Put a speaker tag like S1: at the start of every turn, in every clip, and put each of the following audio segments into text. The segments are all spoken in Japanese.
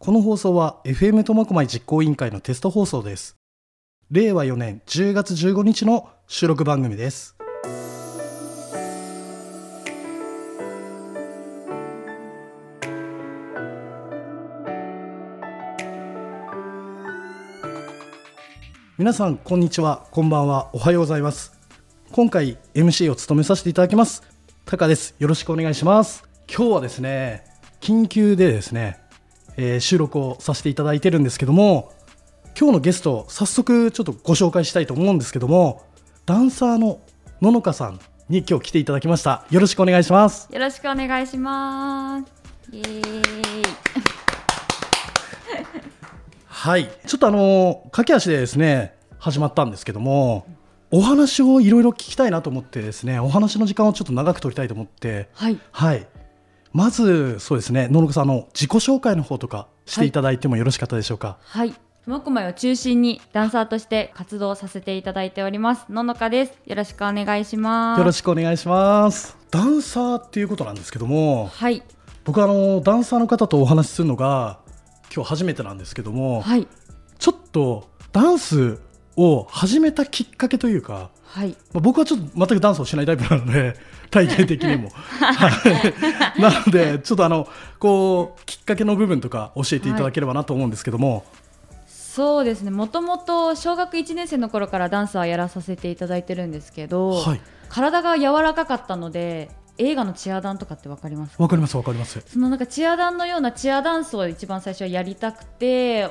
S1: この放送は FM 苫小牧実行委員会のテスト放送です令和4年10月15日の収録番組です皆さんこんにちはこんばんはおはようございます今回 MC を務めさせていただきますタカですよろしくお願いします今日はですね緊急でですね、えー収録をさせていただいてるんですけども今日のゲスト早速ちょっとご紹介したいと思うんですけどもダンサーのののかさんに今日来ていただきましたよろしくお願いします
S2: よろしくお願いします。イエーイ。
S1: はいちょっとあのー駆け足でですね始まったんですけどもお話をいろいろ聞きたいなと思ってですねお話の時間をちょっと長く取りたいと思って
S2: はい。
S1: はいまずそうですねののかさんあの自己紹介の方とかしていただいてもよろしかったでしょうか、
S2: はい。苫小牧を中心にダンサーとして活動させていただいております。ののかです。よろしくお願いします。
S1: よろしくお願いしますダンサーっていうことなんですけども
S2: はい。
S1: 僕あのダンサーの方とお話しするのが今日初めてなんですけども、
S2: はい。
S1: ちょっとダンスを始めたきっかけというか、
S2: はい。
S1: まあ、僕はちょっと全くダンスをしないタイプなの で体型的にも、はい、なのでちょっとあのこうきっかけの部分とか教えていただければなと思うんですけども、
S2: そうですね。もともと小学1年生の頃からダンスはやらさせていただいてるんですけど、
S1: はい
S2: 体が柔らかかったので、映画のチアダンとかってわかりますか
S1: わかりますわかります
S2: そのなんかチアダンのようなチアダンスを一番最初はやりたくて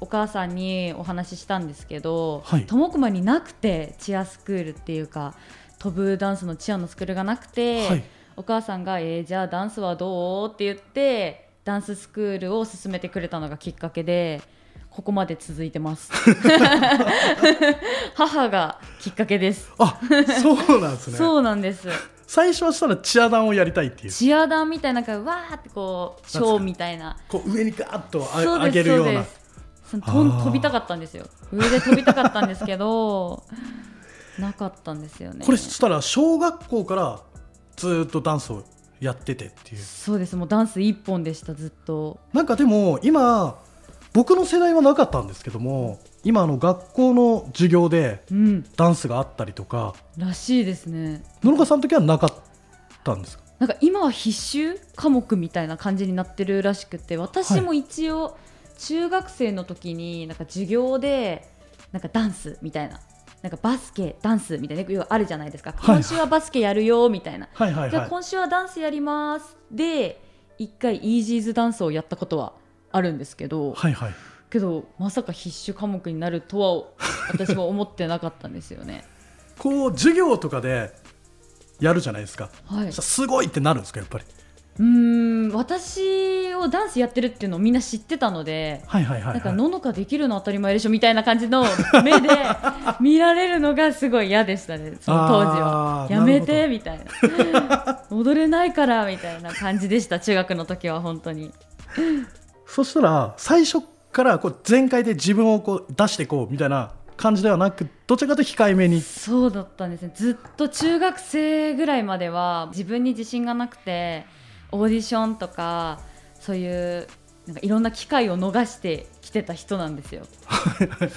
S2: お母さんにお話ししたんですけど
S1: はい
S2: 苫小牧になくてチアスクールっていうか飛ぶダンスのチアのスクールがなくて、
S1: はい
S2: お母さんが、えーじゃあダンスはどうって言ってダンススクールを勧めてくれたのがきっかけでここまで続い てます母がきっかけです
S1: あそうなんですね
S2: そうなんです
S1: 最初はしたらチアダンをやりたいっていう
S2: チアダンみたいななんかわーってこうショーみたいな
S1: こう上にガーッとあ
S2: そう
S1: 上げ
S2: です
S1: る
S2: そ
S1: よ
S2: う
S1: う
S2: で
S1: な
S2: すそのとん
S1: あー
S2: 飛びたかったんですよ上で飛びたかったんですけどなかったんですよね
S1: これそしたら小学校からずーっとダンスをやっててっていう
S2: そうですもうダンス一本でしたずっと
S1: なんかでも今僕の世代はなかったんですけども今あの学校の授業で
S2: うん
S1: ダンスがあったりとから
S2: しいですね
S1: 野中さんの時はなかったんですか
S2: なんか今は必修科目みたいな感じになってるらしくて私も一応中学生の時になんか授業でなんかダンスみたいななんかバスケダンスみたいな要はあるじゃないですか
S1: いはい
S2: 今週はバスケやるよみたいな
S1: はいはい
S2: じゃ
S1: は
S2: あ
S1: い
S2: 今週はダンスやりますで一回イージーズダンスをやったことはあるんですけど、
S1: はいはい
S2: けどまさか必修科目になると は私も思ってなかったんですよね。
S1: こう授業とかでやるじゃないですか
S2: はい、
S1: そ
S2: う
S1: したらすごいってなるんですかやっぱり
S2: ーん私をダンスやってるっていうのをみんな知ってたので。
S1: はいはいはい
S2: なん
S1: は
S2: か
S1: い
S2: ののかできるの当たり前でしょみたいな感 じの目で見られるのがすごい嫌でしたねその当時は
S1: あー
S2: やめ
S1: な
S2: てみたい な踊れないからみたいな感じでした中学の時は本当に
S1: そしたら最初からこう全開で自分をこう出していこうみたいな感じではなくどちらかというと控えめに
S2: そうだったんですねずっと中学生ぐらいまでは自分に自信がなくてオーディションとかそういうなんかいろんな機会を逃してきてた人なんですよ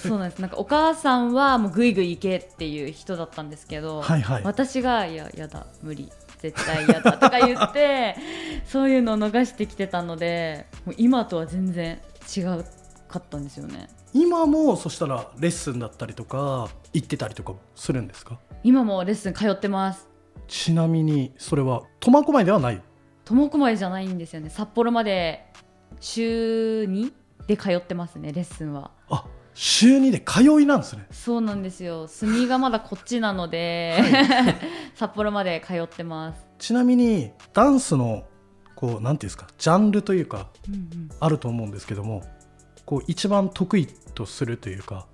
S2: そうなんですなんかお母さんはもうグイグイ行けっていう人だったんですけど、
S1: はいはい
S2: 私が「いややだ無理絶対やだ」とか言って そういうのを逃してきてたのでもう今とは全然違うかったんですよね
S1: 今もそしたらレッスンだったりとか行ってたりとかするんですか
S2: 今もレッスン通ってます
S1: ちなみにそれは苫小牧ではない
S2: 苫小牧じゃないんですよね札幌まで週2で通ってますねレッスンは
S1: あ週2で通いなんですね
S2: そうなんですよ住がまだこっちなので、 札幌まで通ってます、
S1: ちなみにダンスのこうなんていうんですかジャンルというか
S2: うんうん、
S1: あると思うんですけどもこう一番得意とするというか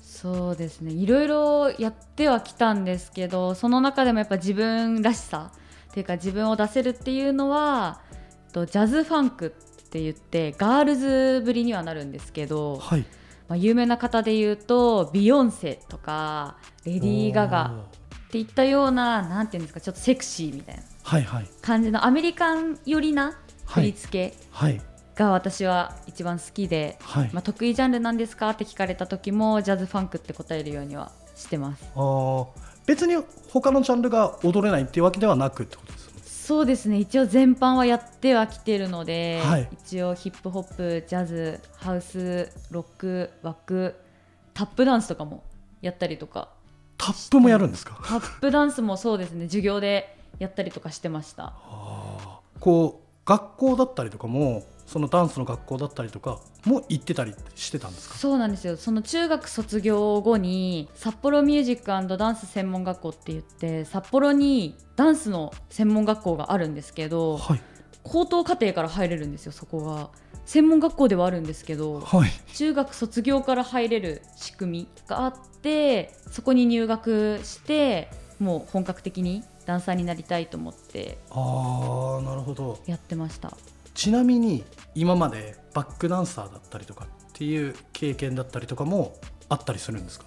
S2: そうですねいろいろやってはきたんですけどその中でもやっぱ自分らしさっていうか自分を出せるっていうのはえっとジャズファンクって言ってガールズぶりにはなるんですけど、
S1: はい
S2: まあ、有名な方で言うとビヨンセとかレディー・ガガっていったようななんていうんですかちょっとセクシーみたいな
S1: はいはい
S2: 感じのアメリカン寄りな
S1: は
S2: 振り
S1: い
S2: 付け
S1: はい
S2: が私は一番好きで、
S1: はい
S2: まあ、得意ジャンルなんですかって聞かれた時もジャズファンクって答えるようにはしてます
S1: あー別に他のジャンルが踊れないっていうわけではなくってことですよね
S2: そうですね一応全般はやってはきてるので、
S1: はい
S2: 一応ヒップホップジャズハウスロックワックタップダンスとかもやったり とか
S1: タップもやるんですか
S2: タップダンスもそうですね授業でやったりとかしてました
S1: こう学校だったりとかもそのダンスの学校だったりとかも行ってたりしてたんですか
S2: そうなんですよその中学卒業後に札幌ミュージックダンス専門学校って言って札幌にダンスの専門学校があるんですけど
S1: はい
S2: 高等課程から入れるんですよそこが専門学校ではあるんですけど
S1: はい
S2: 中学卒業から入れる仕組みがあってそこに入学してもう本格的にダンサーになりたいと思って
S1: ああなるほど
S2: やってました
S1: ちなみに今までバックダンサーだったりとかっていう経験だったりとかもあったりするんですか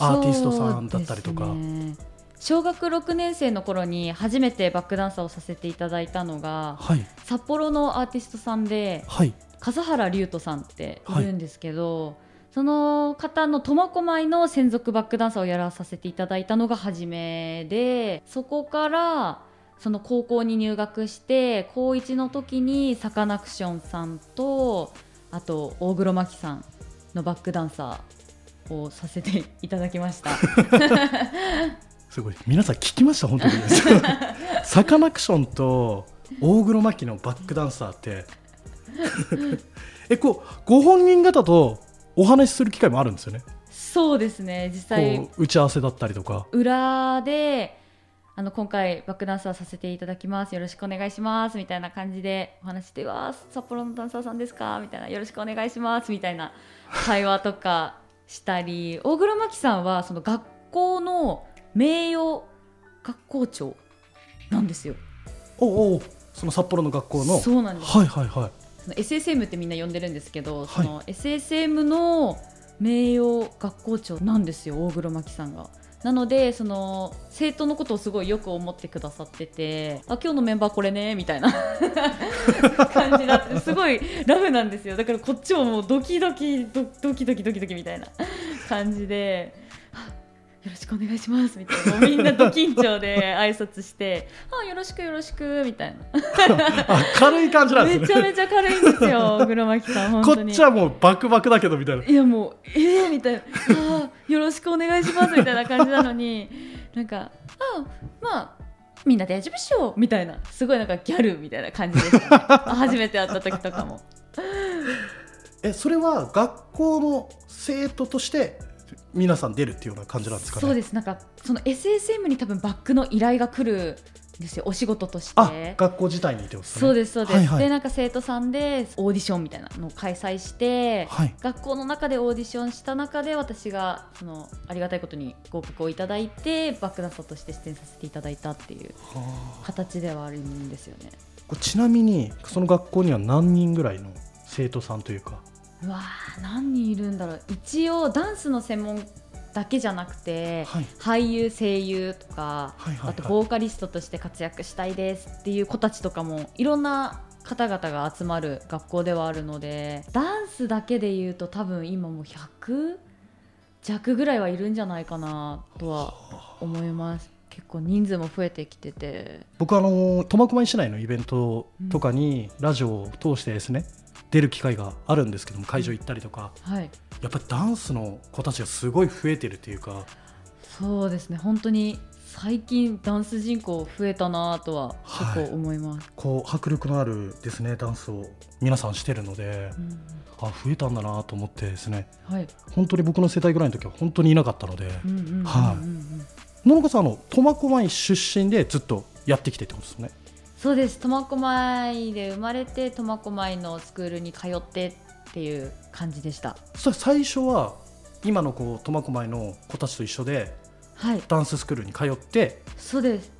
S1: アーティストさんだったりとか
S2: そうですね小学6年生の頃に初めてバックダンサーをさせていただいたのが
S1: はい
S2: 札幌のアーティストさんで
S1: はい
S2: 笠原龍斗さんっているんですけど、その方の苫小牧の専属バックダンサーをやらさせていただいたのが初めでそこからその高校に入学して高1の時にサカナクションさんとあと大黒摩季さんのバックダンサーをさせていただきました。
S1: すごい皆さん聞きました本当にサカナクションと大黒摩季のバックダンサーってえこうご本人方とお話しする機会もあるんですよね
S2: そうですね実際
S1: こう打ち合わせだったりとか
S2: 裏であの今回バックダンサーさせていただきますよろしくお願いしますみたいな感じでお話してうわー札幌のダンサーさんですかみたいなよろしくお願いしますみたいな会話とかしたり大黒摩季さんはその学校の名誉学校長なんですよ
S1: おうおうその札幌の学校の
S2: そうなんです
S1: はいはいはい
S2: その SSM ってみんな呼んでるんですけど、
S1: い
S2: その SSM の名誉学校長なんですよ大黒摩季さんが。なのでその生徒のことをすごいよく思ってくださっててあ今日のメンバーこれねみたいな 感じだってすごいラフなんですよだからこっちももうドキドキドドキドキドキドキみたいな感じであよろしくお願いしますみたいなもうみんなド緊張で挨拶してあよろしくよろしくみたいな
S1: あ軽い感じなんですね
S2: めちゃめちゃ軽いんです よ、黒巻さん、本
S1: こ
S2: 当
S1: っ
S2: に。
S1: ちはもうバクバクだけどみたいない
S2: やもう、えー、み たいな、あーよろしくお願いしますみたいな感じなのに、なんか、あーまあ、みんな大丈夫っしょみたいな、すごいなんかギャルみたいな感じでした、ね、 あ初めて会った時とかも。
S1: えそれは学校の生徒として皆さん出るっていうような感じなんですかね
S2: そうです、なんか、その SSM に多分バックの依頼が来るんですよ、お仕事として。
S1: あ学校自体にってことですね
S2: そうですそうです、
S1: はいはい
S2: でなんか生徒さんでオーディションみたいなのを開催して、
S1: はい
S2: 学校の中でオーディションした中で私がそのありがたいことに合格をいただいてバックダンサーとして出演させていただいたっていう
S1: はあ
S2: 形ではあるんですよね。
S1: これちなみにその学校には何人ぐらいの生徒さんというか
S2: うわー何人いるんだろう一応ダンスの専門だけじゃなくて、
S1: はい
S2: 俳優声優とか、
S1: はいはいはい
S2: あとボーカリストとして活躍したいですっていう子たちとかもいろんな方々が集まる学校ではあるのでダンスだけで言うと多分今もう100弱ぐらいはいるんじゃないかなとは思います結構人数も増えてきてて
S1: 僕あの苫小牧市内のイベントとかにラジオを通してですね、出る機会があるんですけども会場行ったりとか
S2: はい
S1: やっぱりダンスの子たちがすごい増えてるっていうか
S2: そうですね本当に最近ダンス人口増えたなとは結構思います、
S1: こう迫力のあるですねダンスを皆さんしてるので、
S2: うん
S1: あ増えたんだなと思ってですね
S2: はい、
S1: 本当に僕の世代ぐらいの時は本当にいなかったので、
S2: うんうんうんうんうん
S1: は野中さんあの苫小牧出身でずっとやってきてってことですね
S2: そうです苫小牧で生まれて苫小牧のスクールに通ってっていう感じでした
S1: それ最初は今のこう苫小牧の子たちと一緒で
S2: はい
S1: ダンススクールに通って
S2: そうです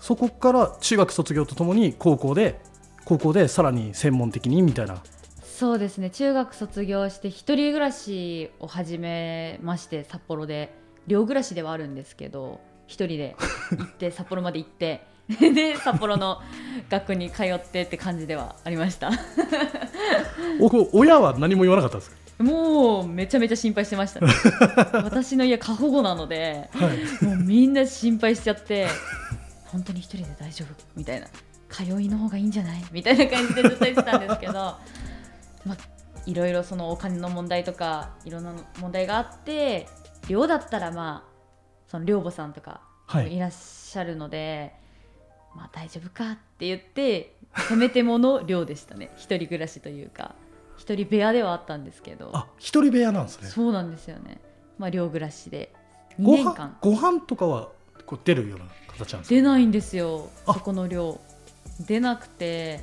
S1: そこから中学卒業とともに高校で高校でさらに専門的にみたいな
S2: そうですね中学卒業して一人暮らしを始めまして札幌で寮暮らしではあるんですけど一人で行って 札幌まで行 ってで札幌の学校に通ってって感じではありました
S1: お親は何も言わなかったんですか
S2: もうめちゃめちゃ心配してました、 ね、私の家過保護なので、
S1: はい
S2: もうみんな心配しちゃって本当に一人で大丈夫みたいな通いの方がいいんじゃないみたいな感じでずっと言ってたんですけどまあいろいろそのお金の問題とかいろんな問題があって寮だったらまあその寮母さんとか
S1: はい
S2: らっしゃるので、まあ大丈夫かって言ってせめてもの寮でしたね一人暮らしというか一人部屋ではあったんですけど
S1: あ一人部屋なんですね
S2: そうなんですよねまあ寮暮らしで2
S1: ご
S2: 年
S1: 飯
S2: 間
S1: ご飯とかはこう出るような形なんですか
S2: 出ないんですよ
S1: あ
S2: そこの量出なくて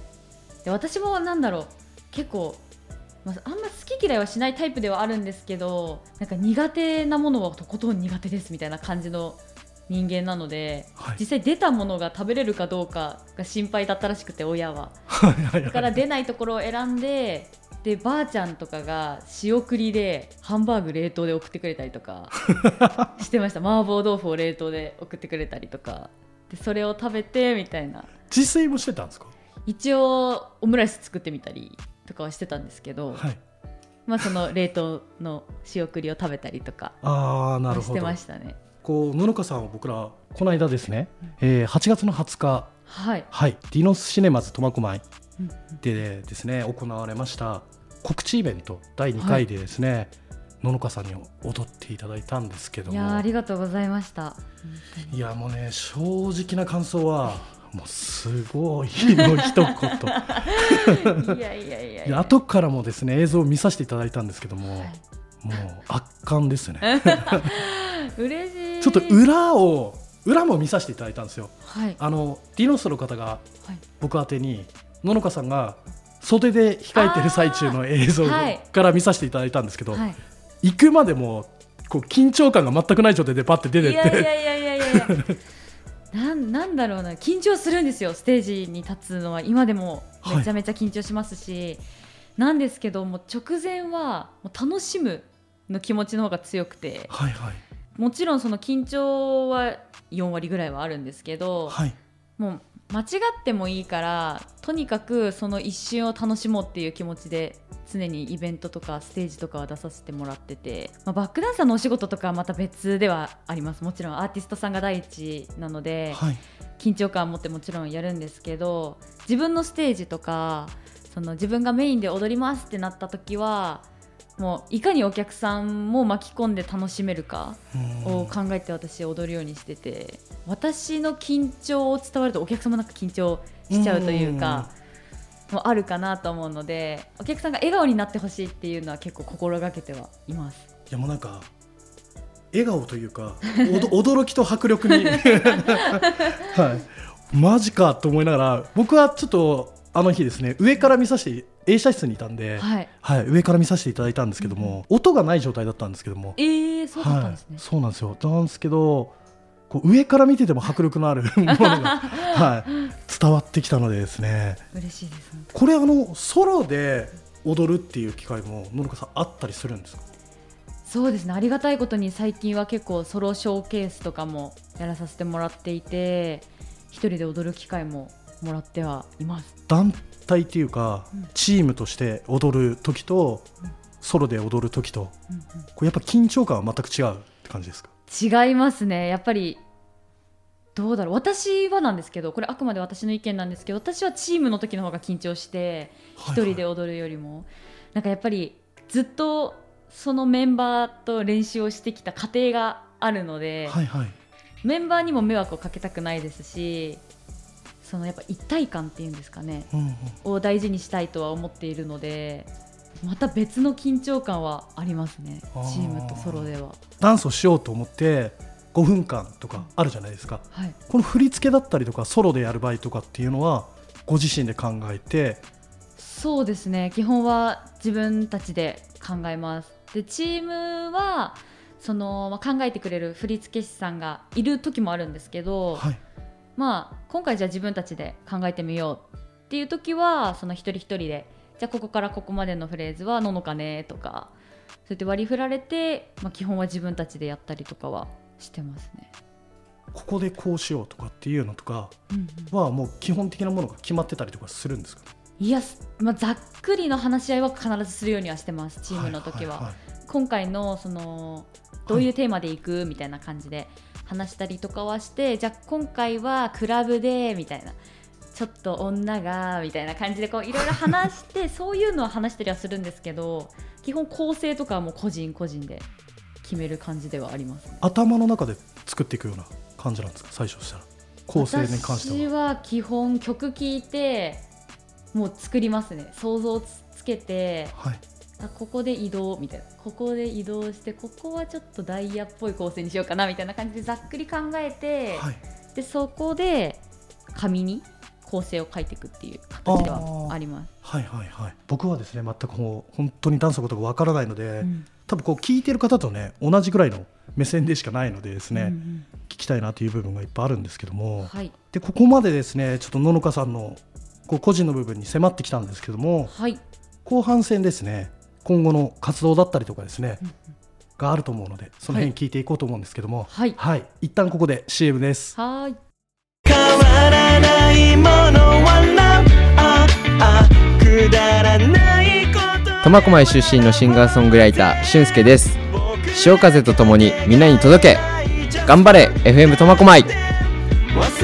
S2: で私もなんだろう結構、まあ、あんま好き嫌いはしないタイプではあるんですけどなんか苦手なものはとことん苦手ですみたいな感じの人間なので
S1: はい
S2: 実際出たものが食べれるかどうかが心配だったらしくて親は
S1: はいはいは
S2: だ
S1: い
S2: から出ないところを選んででばあちゃんとかが仕送りでハンバーグ冷凍で送ってくれたりとか してました麻婆豆腐を冷凍で送ってくれたりとかでそれを食べてみたいな
S1: 自炊もしてたんですか
S2: 一応オムライス作ってみたりとかはしてたんですけど、
S1: はい
S2: まあその冷凍の仕送りを食べたりとか
S1: ああなる
S2: し
S1: ほ
S2: て
S1: ど
S2: ましたね
S1: こうののかさんは僕らこの間ですね、えー8月の20日
S2: はい、
S1: はいディノスシネマズ苫小牧
S2: うん
S1: でですね行われました告知イベント第2回でですね、ののかさんに踊っていただいたんですけど
S2: い
S1: も
S2: やーありがとうございました本当に
S1: いやもうね正直な感想はもうすごいの一 言
S2: いやいやいや
S1: いや後からもですね映像を見させていただいたんですけども、
S2: はい
S1: もう圧巻ですね
S2: 嬉しい
S1: ちょっと裏を裏も見させていただいたんですよ
S2: はい
S1: あのディノスの方が
S2: はい
S1: 僕宛てにののかさんが袖で控えてる最中の映像
S2: あーはい
S1: から見させていただいたんですけど、
S2: はい
S1: 行くまでもこう緊張感が全くない状態でパッて出て
S2: い
S1: っ
S2: やい
S1: て
S2: やいやいやいやいやなんなんだろうな緊張するんですよステージに立つのは今でも
S1: はい
S2: めちゃめちゃ緊張しますし、なんですけどもう直前はもう楽しむの気持ちの方が強くて
S1: はいはい
S2: もちろんその緊張は4割ぐらいはあるんですけど、
S1: はい
S2: もう間違ってもいいからとにかくその一瞬を楽しもうっていう気持ちで常にイベントとかステージとかは出させてもらってて、まあ、バックダンサーのお仕事とかはまた別ではありますもちろんアーティストさんが第一なので
S1: はい
S2: 緊張感を持ってもちろんやるんですけど自分のステージとかその自分がメインで踊りますってなった時はもういかにお客さんも巻き込んで楽しめるか
S1: うん
S2: を考えて私踊るようにしてて私の緊張を伝わるとお客様なんか緊張しちゃうというかもあるかなと思うのでお客さんが笑顔になってほしいっていうのは結構心がけてはいます。
S1: いやもうなんか笑顔というかおど 驚きと迫力に、はい、マジかと思いながら僕はちょっとあの日ですね上から見させて映写室にいたんで、はい
S2: はい、
S1: 上から見させていただいたんですけども、音がない状態だったんですけども
S2: えー、そうだったんです
S1: は
S2: ね
S1: い、。そうなんですよなんですけどこう上から見てても迫力のある ものが、はい、伝わってきたのでですね
S2: 嬉しいです。
S1: これあのソロで踊るっていう機会もののかさんあったりするんですか
S2: そうですねありがたいことに最近は結構ソロショーケースとかもやらさせてもらっていて一人で踊る機会ももらってはいます。
S1: 団体っていうか、
S2: うん
S1: チームとして踊る時と、
S2: うん
S1: ソロで踊る時と
S2: うんうん
S1: これやっぱ緊張感は全く違うって感じですか
S2: 違いますねやっぱりどうだろう私はなんですけどこれあくまで私の意見なんですけど私はチームの時の方が緊張して一人で
S1: はい
S2: 踊るよりも、なんかやっぱりずっとそのメンバーと練習をしてきた過程があるので、
S1: はいはい
S2: メンバーにも迷惑をかけたくないですしそのやっぱ一体感っていうんですかね
S1: うんうん
S2: を大事にしたいとは思っているのでまた別の緊張感はありますね
S1: あー
S2: チームとソロでは。
S1: ダンスをしようと思って5分間とかあるじゃないですか
S2: はい
S1: この振り付けだったりとかソロでやる場合とかっていうのはご自身で考えて
S2: そうですね基本は自分たちで考えますでチームはそのまあ考えてくれる振付師さんがいる時もあるんですけど、
S1: はい
S2: まあ今回じゃあ自分たちで考えてみようっていう時はその一人一人でじゃあここからここまでのフレーズは「ののかね」とかそうやって割り振られて、まあ、基本は自分たちでやったりとかはしてますね。
S1: ここでこうしようとかっていうのとか
S2: うんうん
S1: はもう基本的なものが決まってたりとかするんですか
S2: いや、すまあ、ざっくりの話し合いは必ずするようにはしてますチームの時は。
S1: いい
S2: 今回のそのどういうテーマでいくみたいな感じで話したりとかはしてじゃあ今回はクラブでみたいなちょっと女がみたいな感じでこういろいろ話し てそういうのは話したりはするんですけど基本構成とかはもう個人個人で決める感じではありますね。
S1: 頭の中で作っていくような感じなんですか最初したら構成に関して
S2: 私
S1: は
S2: は基本曲聴いてもう作りますね想像つつけて
S1: はい
S2: あここで移動みたいなここで移動してここはちょっとダイヤっぽい構成にしようかなみたいな感じでざっくり考えて、
S1: はい
S2: でそこで紙に構成を書いていくっていう形ではあります。
S1: はいはいはい僕はですね全くもう本当にダンスのことがわからないので、
S2: うん
S1: 多分こう聞いてる方とね同じぐらいの目線でしかないのでですね、
S2: うん
S1: 聞きたいなという部分がいっぱいあるんですけど
S2: う
S1: も、
S2: んはい、
S1: でここまでですねちょっと野々花さんのこう個人の部分に迫ってきたんですけども
S2: はい
S1: 後半戦ですね今後の活動だったりとかですね、
S2: うんうん
S1: があると思うのでその辺聞いていこうと思うんですけども
S2: はい
S1: はい、一旦ここで CM です
S2: はーい
S3: 変わらないものはなああくだらないこと
S4: 苫小牧出身のシンガーソングライター俊介です潮風とともにみんなに届け頑張れ FM 苫小牧
S3: 忘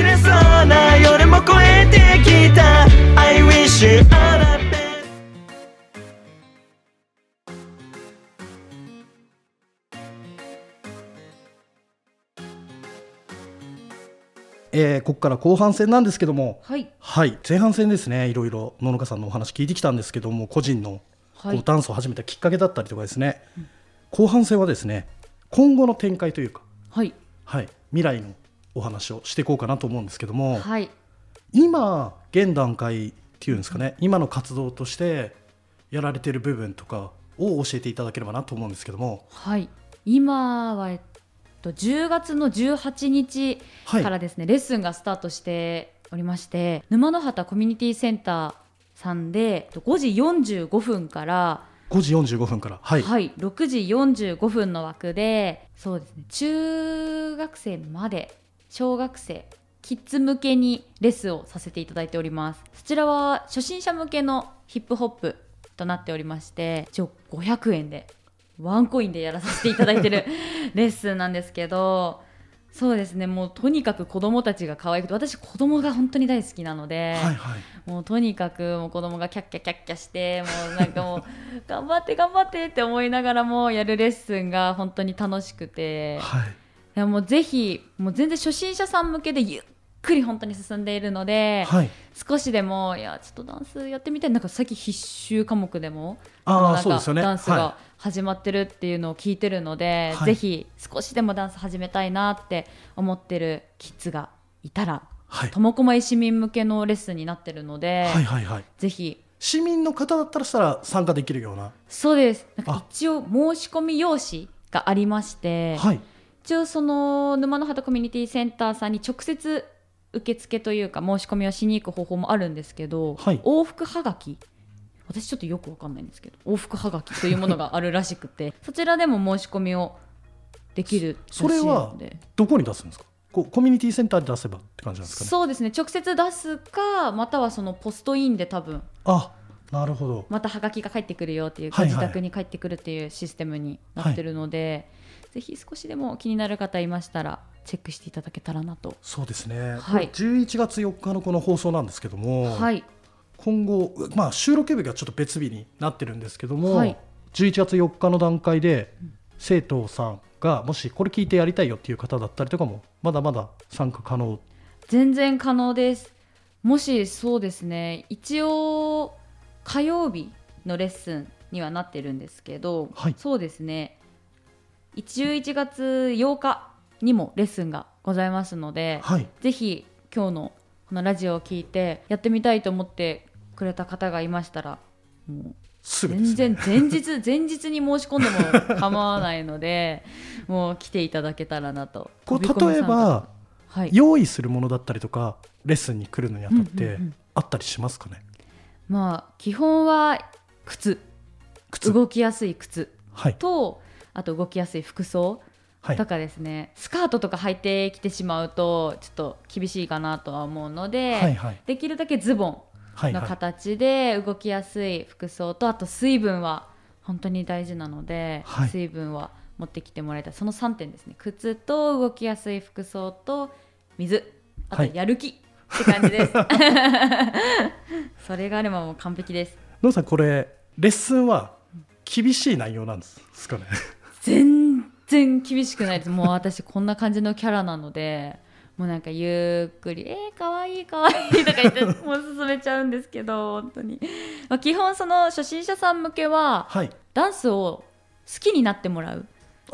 S3: れそうな夜も超えてきた I wish you all the best
S1: えーここから後半戦なんですけども
S2: はい
S1: はい前半戦ですねいろいろ野々花さんのお話聞いてきたんですけども個人のこ
S2: は
S1: う
S2: い
S1: ダンスを始めたきっかけだったりとかですね、後半戦はですね今後の展開というか、
S2: はい
S1: はい、未来のお話をしていこうかなと思うんですけども、
S2: はい
S1: 今現段階っていうんですかね今の活動としてやられてる部分とかを教えていただければなと思うんですけども
S2: はい今はえっと10月の18日
S1: はい
S2: からですね、レッスンがスタートしておりまして沼の畑コミュニティセンターさんでえっと5時45分から、
S1: 5時45分からはい、
S2: はい、6時45分の枠でそうですね中学生まで小学生キッズ向けにレッスンをさせていただいておりますそちらは初心者向けのヒップホップとなっておりまして一応500円でワンコインでやらさせていただ いてるレッスンなんですけどそうですねもうとにかく子供たちが可愛くて私子供が本当に大好きなので、
S1: はいはい
S2: もうとにかくもう子供がキャッキャキャッキャしてもうなんか もう頑張って頑張ってって思いながらもやるレッスンが本当に楽しくて
S1: はい
S2: いやもうぜひもう全然初心者さん向けでゆっくり本当に進んでいるので、
S1: はい
S2: 少しでもいやちょっとダンスやってみたいなんか最近必修科目でも
S1: ああ
S2: なん
S1: そう
S2: か
S1: ですよね
S2: ダンス
S1: は
S2: が始まってるっていうのを聞いてるので、
S1: はい
S2: ぜひ少しでもダンス始めたいなって思ってるキッズがいたら
S1: はい
S2: 苫小牧市民向けのレッスンになってるので、
S1: はいはいはい
S2: ぜひ
S1: 市民の方だったらしたら参加できるような
S2: そうですなん
S1: あ
S2: か一応申し込み用紙がありまして、
S1: はい
S2: 一応その沼の畑コミュニティセンターさんに直接受付というか申し込みをしに行く方法もあるんですけど、
S1: はい
S2: 往復はがき私ちょっとよくわかんないんですけど往復はがきというものがあるらしく てそちらでも申し込みをできるらしい
S1: それは
S2: ので
S1: どこに出すんですかこうコミュニティセンターで出せばって感じなんですかね
S2: そうですね直接出すかまたはそのポストインで多分
S1: あなるほど
S2: またはがきが返ってくるよっていう、
S1: はいはい
S2: ご自宅に帰ってくるっていうシステムになってるので、ぜひ少しでも気になる方いましたらチェックしていただけたらなと。
S1: そうですね、
S2: はい
S1: これ11月4日のこの放送なんですけども、
S2: はい、
S1: 今後、まあ、収録日がちょっと別日になってるんですけども、
S2: はい
S1: 11月4日の段階で生徒さんがもしこれ聞いてやりたいよっていう方だったりとかもまだまだ参加可能
S2: 全然可能です。もしそうですね、一応火曜日のレッスンにはなってるんですけど、
S1: はい
S2: そうですね、11月8日にもレッスンがございますので、
S1: はい
S2: ぜひ今日のこのラジオを聞いてやってみたいと思ってくれた方がいましたらもう
S1: すぐです、
S2: 全
S1: ね、
S2: 然前日前 日に申し込んでも構わないのでもう来ていただけたらなと。
S1: こ
S2: 飛び込
S1: う
S2: み
S1: 例え
S2: 参加、
S1: ば
S2: はい、
S1: 用意するものだったりとかレッスンに来るのにあたっ
S2: うん
S1: て
S2: うんうん
S1: あったりしますかね、
S2: まあ基本は靴
S1: 靴
S2: 動きやすい靴
S1: はい
S2: とあと動きやすい服装
S1: はい
S2: とかですね、スカートとか履いてきてしまうとちょっと厳しいかなとは思うので、
S1: はいはい
S2: できるだけズボン
S1: はい
S2: の
S1: はい
S2: 形で動きやすい服装とあと水分は本当に大事なので、
S1: はい
S2: 水分は持ってきてもらいたいその3点ですね靴と動きやすい服装と水あと
S1: はい
S2: やる気って感 じです、それがあればもう完璧です
S1: ノンさんこれレッスンは厳しい内容なんですかね
S2: 全然厳しくないですもう私こんな感じのキャラなのでもうなんかゆっくり「えー、かわいいかわいい」とか言ってもう進めちゃうんですけど本当に、まあ、基本その初心者さん向けは
S1: はい
S2: ダンスを好きになってもらう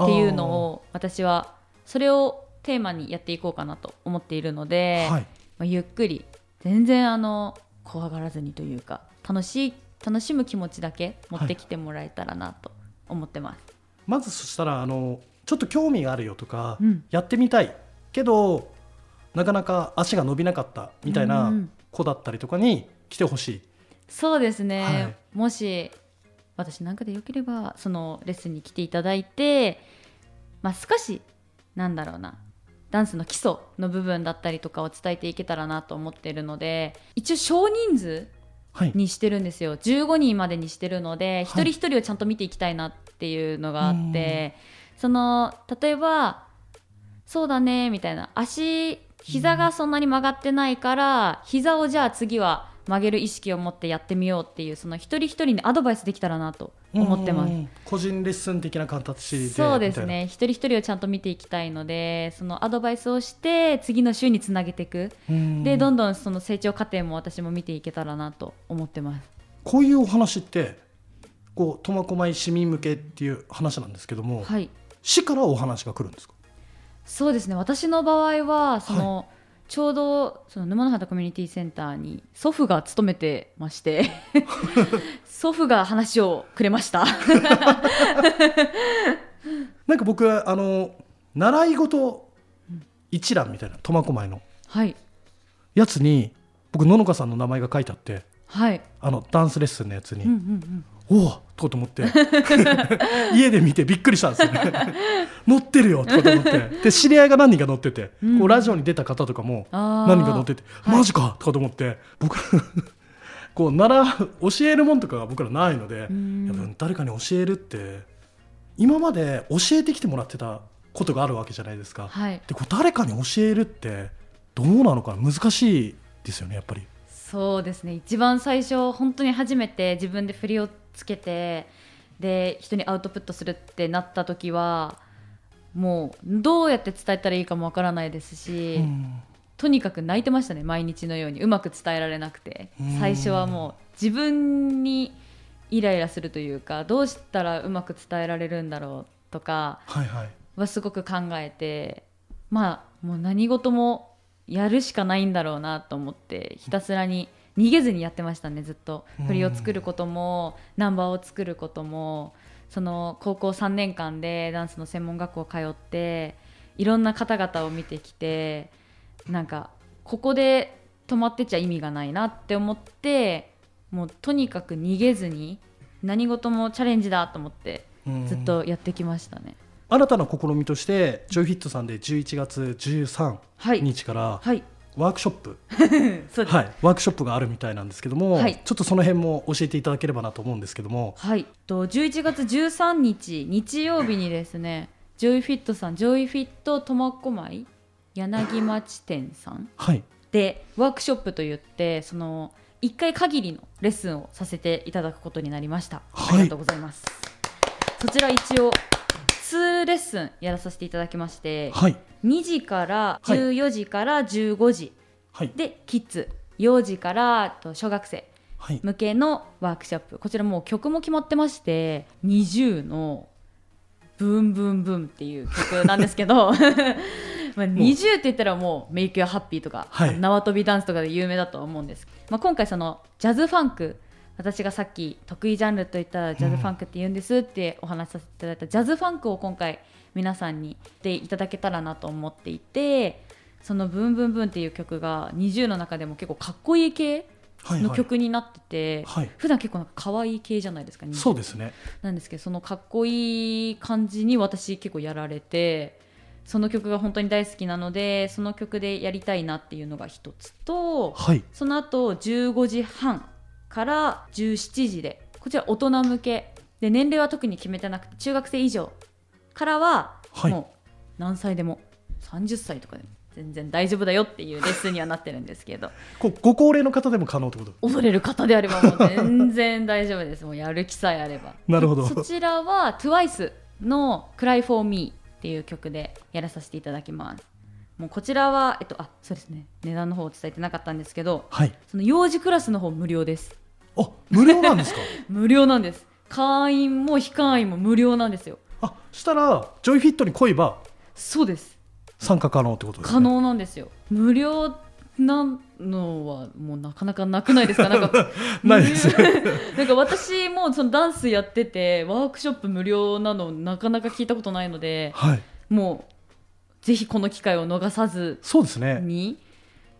S2: っていうのを私はそれをテーマにやっていこうかなと思っているの
S1: あ
S2: で、
S1: ーはい
S2: まあ、ゆっくり全然あの怖がらずにというか楽しい楽しむ気持ちだけ持ってきてもらえたらなと思ってます。
S1: まずそしたらあのちょっと興味があるよとか、
S2: うん
S1: やってみたいけどなかなか足が伸びなかったみたい
S2: うんう
S1: なん子だったりとかに来てほしい、
S2: そうですね、
S1: はい
S2: もし私なんかでよければそのレッスンに来ていただいて、まあ、少しなんだろうなダンスの基礎の部分だったりとかを伝えていけたらなと思っているので一応少人数
S1: はい
S2: にしてるんですよ15人までにしてるので、
S1: はい
S2: 一人一人をちゃんと見ていきたいなっていうのがあってその例えばそうだねみたいな足膝がそんなに曲がってないから膝をじゃあ次は曲げる意識を持ってやってみようっていうその一人一人にアドバイスできたらなと思ってます
S1: う。ん個人レッスン的な形で
S2: そうで
S1: み
S2: す
S1: たい
S2: ね一人一人をちゃんと見ていきたいのでそのアドバイスをして次の週につなげていく、
S1: なうん
S2: でどんどんその成長過程も私も見ていけたらなと思ってます。
S1: こういうお話ってこう苫小牧市民向けっていう話なんですけども、
S2: はい
S1: 市からお話が来るんですか
S2: そうですね私の場合はその、ちょうどその沼の畑コミュニティセンターに祖父が勤めてまして 祖父が話をくれました
S1: なんか僕あの習い事一覧みたいな苫小牧の
S2: はい
S1: やつに僕野々花さんの名前が書いてあって
S2: はい、
S1: あのダンスレッスンのやつに、
S2: うんうんうん、
S1: おおとと思って 家で見てびっくりしたんですよね 乗ってるよとかと思ってで知り合いが何人か乗ってて、
S2: うん
S1: こうラジオに出た方とかも
S2: あー
S1: 何人か乗ってて
S2: はい
S1: マジかとかと思って僕 こう習う教えるもんとかが僕らないので
S2: うん
S1: いや誰かに教えるって今まで教えてきてもらってたことがあるわけじゃないですか、
S2: はい
S1: でこう誰かに教えるってどうなのかな難しいですよねやっぱり。
S2: そうですね一番最初本当に初めて自分で振りをつけてで人にアウトプットするってなった時はもうどうやって伝えたらいいかもわからないですし、
S1: うん
S2: とにかく泣いてましたね毎日のようにうまく伝えられなくて
S1: うん
S2: 最初はもう自分にイライラするというかどうしたらうまく伝えられるんだろうとか
S1: はいはい
S2: はすごく考えてまあもう何事もやるしかないんだろうなと思ってひたすらに逃げずにやってましたねずっと
S1: うん
S2: 振りを作ることもナンバーを作ることもその高校3年間でダンスの専門学校通っていろんな方々を見てきてなんかここで止まってちゃ意味がないなって思ってもうとにかく逃げずに何事もチャレンジだと思って
S1: うん
S2: ずっとやってきましたね。
S1: 新たな試みとしてジョイフィットさんで11月13
S2: はい
S1: 日から
S2: はい、
S1: ワークショップ、
S2: そうです。
S1: はい、ワークショップがあるみたいなんですけども、
S2: はい
S1: ちょっとその辺も教えていただければなと思うんですけども
S2: はい、と11月13日日曜日にですね、ジョイフィットさん、ジョイフィット苫小牧柳町店さん
S1: はい
S2: でワークショップと言って、その1回限りのレッスンをさせていただくことになりました。
S1: はい
S2: ありがとうございます。そちら一応2レッスンやらさせていただきまして、
S1: はい
S2: 2時から
S1: はい
S2: 14時から15時
S1: はい
S2: でキッズ、4時からと小学生。
S1: はい
S2: 向けのワークショップこちらもう曲も決まってまして20の「ブンブンブン」っていう曲なんです けどまあ20って言ったらもう「Make Your Happy」とか、
S1: はい
S2: 縄跳びダンスとかで有名だと思うんです、まあ、今回そのジャズファンク私がさっき得意ジャンルといったらジャズファンクって言うんですってお話しさせていただいたジャズファンクを今回皆さんにでいただけたらなと思っていてその「ブンブンブン」っていう曲が20の中でも結構かっこいい系
S1: はい
S2: の
S1: はい
S2: 曲になってて、
S1: はい
S2: 普段結構なんか可愛い系じゃないですか
S1: そうですね
S2: なんですけどそのかっこいい感じに私結構やられてその曲が本当に大好きなのでその曲でやりたいなっていうのが一つと
S1: はい
S2: その後15時半から17時でこちら大人向けで年齢は特に決めてなくて中学生以上からは
S1: はい
S2: もう何歳でも、30歳とかでも全然大丈夫だよっていうレッスンにはなってるんですけど
S1: こうご高齢の方でも可能ってこと
S2: 恐れる方であればもう全然大丈夫ですもうやる気さえあれば
S1: なるほど
S2: そちらは TWICE の「Cry for Me」っていう曲でやらさせていただきますもうこちらはえっとあそうですね値段の方を伝えてなかったんですけど
S1: はい
S2: その幼児クラスの方無料です
S1: あ無料なん ですか
S2: 無料なんです会員も非会員も無料なんですよ
S1: あしたらジョイフィットに来いば
S2: そうです
S1: 参加可能ってことです、ね、
S2: 可能なんですよ無料なのはもうなかなかなくないですかなんか
S1: ないですね
S2: なんか私もそのダンスやっててワークショップ無料なのなかなか聞いたことないので
S1: はい
S2: もうぜひこの機会を逃さず
S1: そうですね
S2: に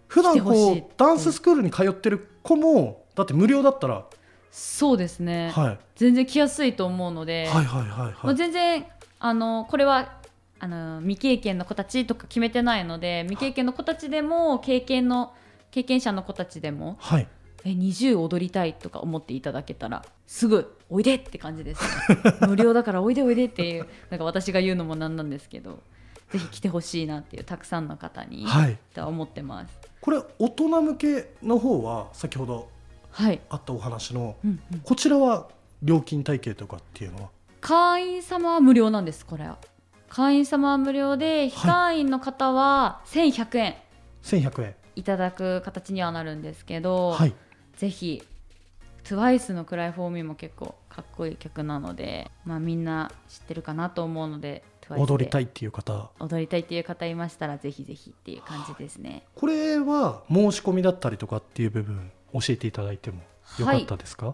S1: 普段
S2: 来てほしい
S1: こうダンススクールに通ってる子もだって無料だったら、
S2: そうですね、
S1: はい
S2: 全然来やすいと思うので、
S1: はいはいはい
S2: ま
S1: は
S2: あ、
S1: い
S2: 全然あのこれはあの未経験の子たちとか決めてないので未経験の子たちでも経験の経験者の子たちでも
S1: はい
S2: え20踊りたいとか思っていただけたらすぐおいでって感じです、 無料だからおいでおいでっていうなんか私が言うのもなんなんですけどぜひ来てほしいなっていうたくさんの方に、
S1: はい
S2: とは思ってます。
S1: これ大人向けの方は先ほど
S2: はい、
S1: あったお話の
S2: うんうん
S1: こちらは料金体系とかっていうのは
S2: 会員様は無料なんですこれは会員様は無料で非会員の方は1100円
S1: 1100円
S2: いただく形にはなるんですけど、
S1: はい
S2: ぜひ TWICE の「暗いフォーミー」も結構かっこいい曲なので、まあ、みんな知ってるかなと思うので TWICE で
S1: 踊りたいっていう方
S2: 踊りたいっていう方いましたらぜひぜひっていう感じですね
S1: これは申し込みだったりとかっていう部分教えていただいてもよかったですか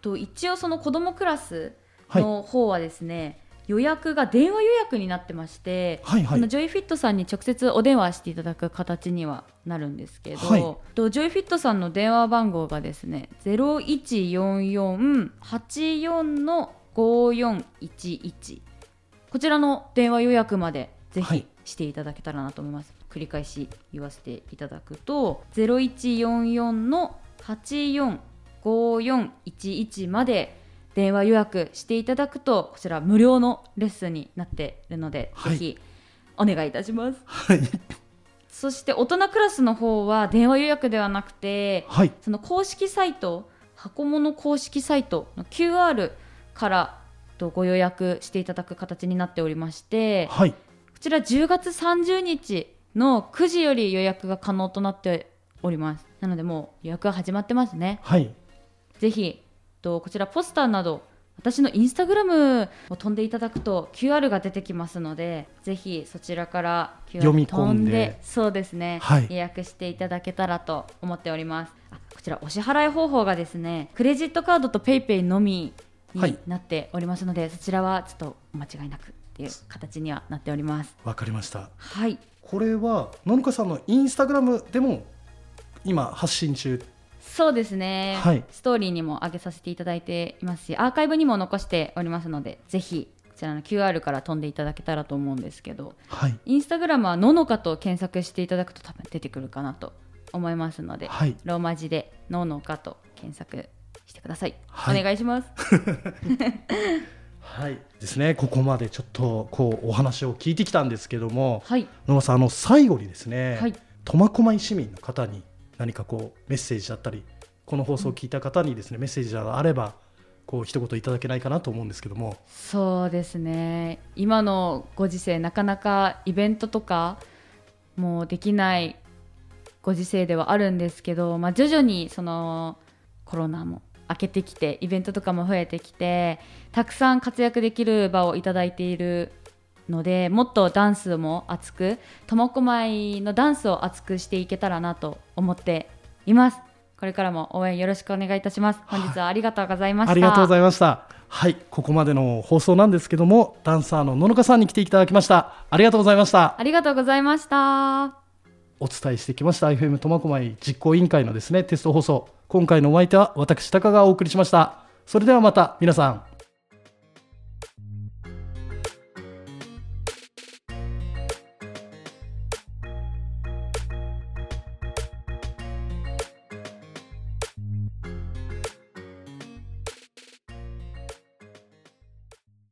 S2: と一応その子どもクラス
S1: はい
S2: の方はですね、予約が電話予約になってまして、
S1: はいは
S2: あの
S1: い
S2: ジョイフィットさんに直接お電話していただく形にはなるんですけど、
S1: はい
S2: とジョイフィットさんの電話番号がですね014484の5411こちらの電話予約までぜ
S1: はい
S2: ひしていただけたらなと思います、繰り返し言わせていただくと0144の845411まで電話予約していただくとこちら無料のレッスンになっているので、
S1: はい
S2: ぜひお願いいたします
S1: はい
S2: そして大人クラスの方は電話予約ではなくて
S1: はい
S2: その公式サイト箱物公式サイトの QR からとご予約していただく形になっておりましてこ
S1: はい
S2: ちら10月30日の9時より予約が可能となっておりますなのでもう予約が始まってますね
S1: はい
S2: ぜひとこちらポスターなど私のインスタグラムを飛んでいただくと QR が出てきますのでぜひそちらから QR
S1: 読み込
S2: 飛
S1: ん
S2: ん
S1: で
S2: でそうですね、
S1: はい
S2: 予約していただけたらと思っておりますあこちらお支払い方法がですねクレジットカードと PayPay ペイペイのみ
S1: はい
S2: になっておりますので、そちらはちょっとお間違いなくっていう形にはなっております
S1: わかりました
S2: はい
S1: これはののかさんのインスタグラムでも今発信中
S2: そうですね、
S1: はい
S2: ストーリーにも上げさせていただいていますしアーカイブにも残しておりますのでぜひこちらの QR から飛んでいただけたらと思うんですけど
S1: はい
S2: インスタグラムはののかと検索していただくと多分出てくるかなと思いますので、
S1: はい
S2: ローマ字でののかと検索してください、
S1: はい
S2: お願いします
S1: はいですねここまでちょっとこうお話を聞いてきたんですけども
S2: はい
S1: 野々さんあの最後にですね、
S2: はい
S1: 苫小牧市民の方に何かこうメッセージだったりこの放送を聞いた方にですね、メッセージがあればこう一言いただけないかなと思うんですけども
S2: そうですね今のご時世なかなかイベントとかもうできないご時世ではあるんですけど、まあ、徐々にそのコロナも明けてきてイベントとかも増えてきてたくさん活躍できる場をいただいているのでもっとダンスも熱く苫小牧のダンスを熱くしていけたらなと思っています。これからも応援よろしくお願いいたします。本日はありがとうございました。
S1: ありがとうございましたはいここまでの放送なんですけどもダンサーの野々花さんに来ていただきましたありがとうございました
S2: ありがとうございました。
S1: お伝えしてきました FM 苫小牧実行委員会のですねテスト放送今回のお相手は私高がお送りしましたそれではまた皆さん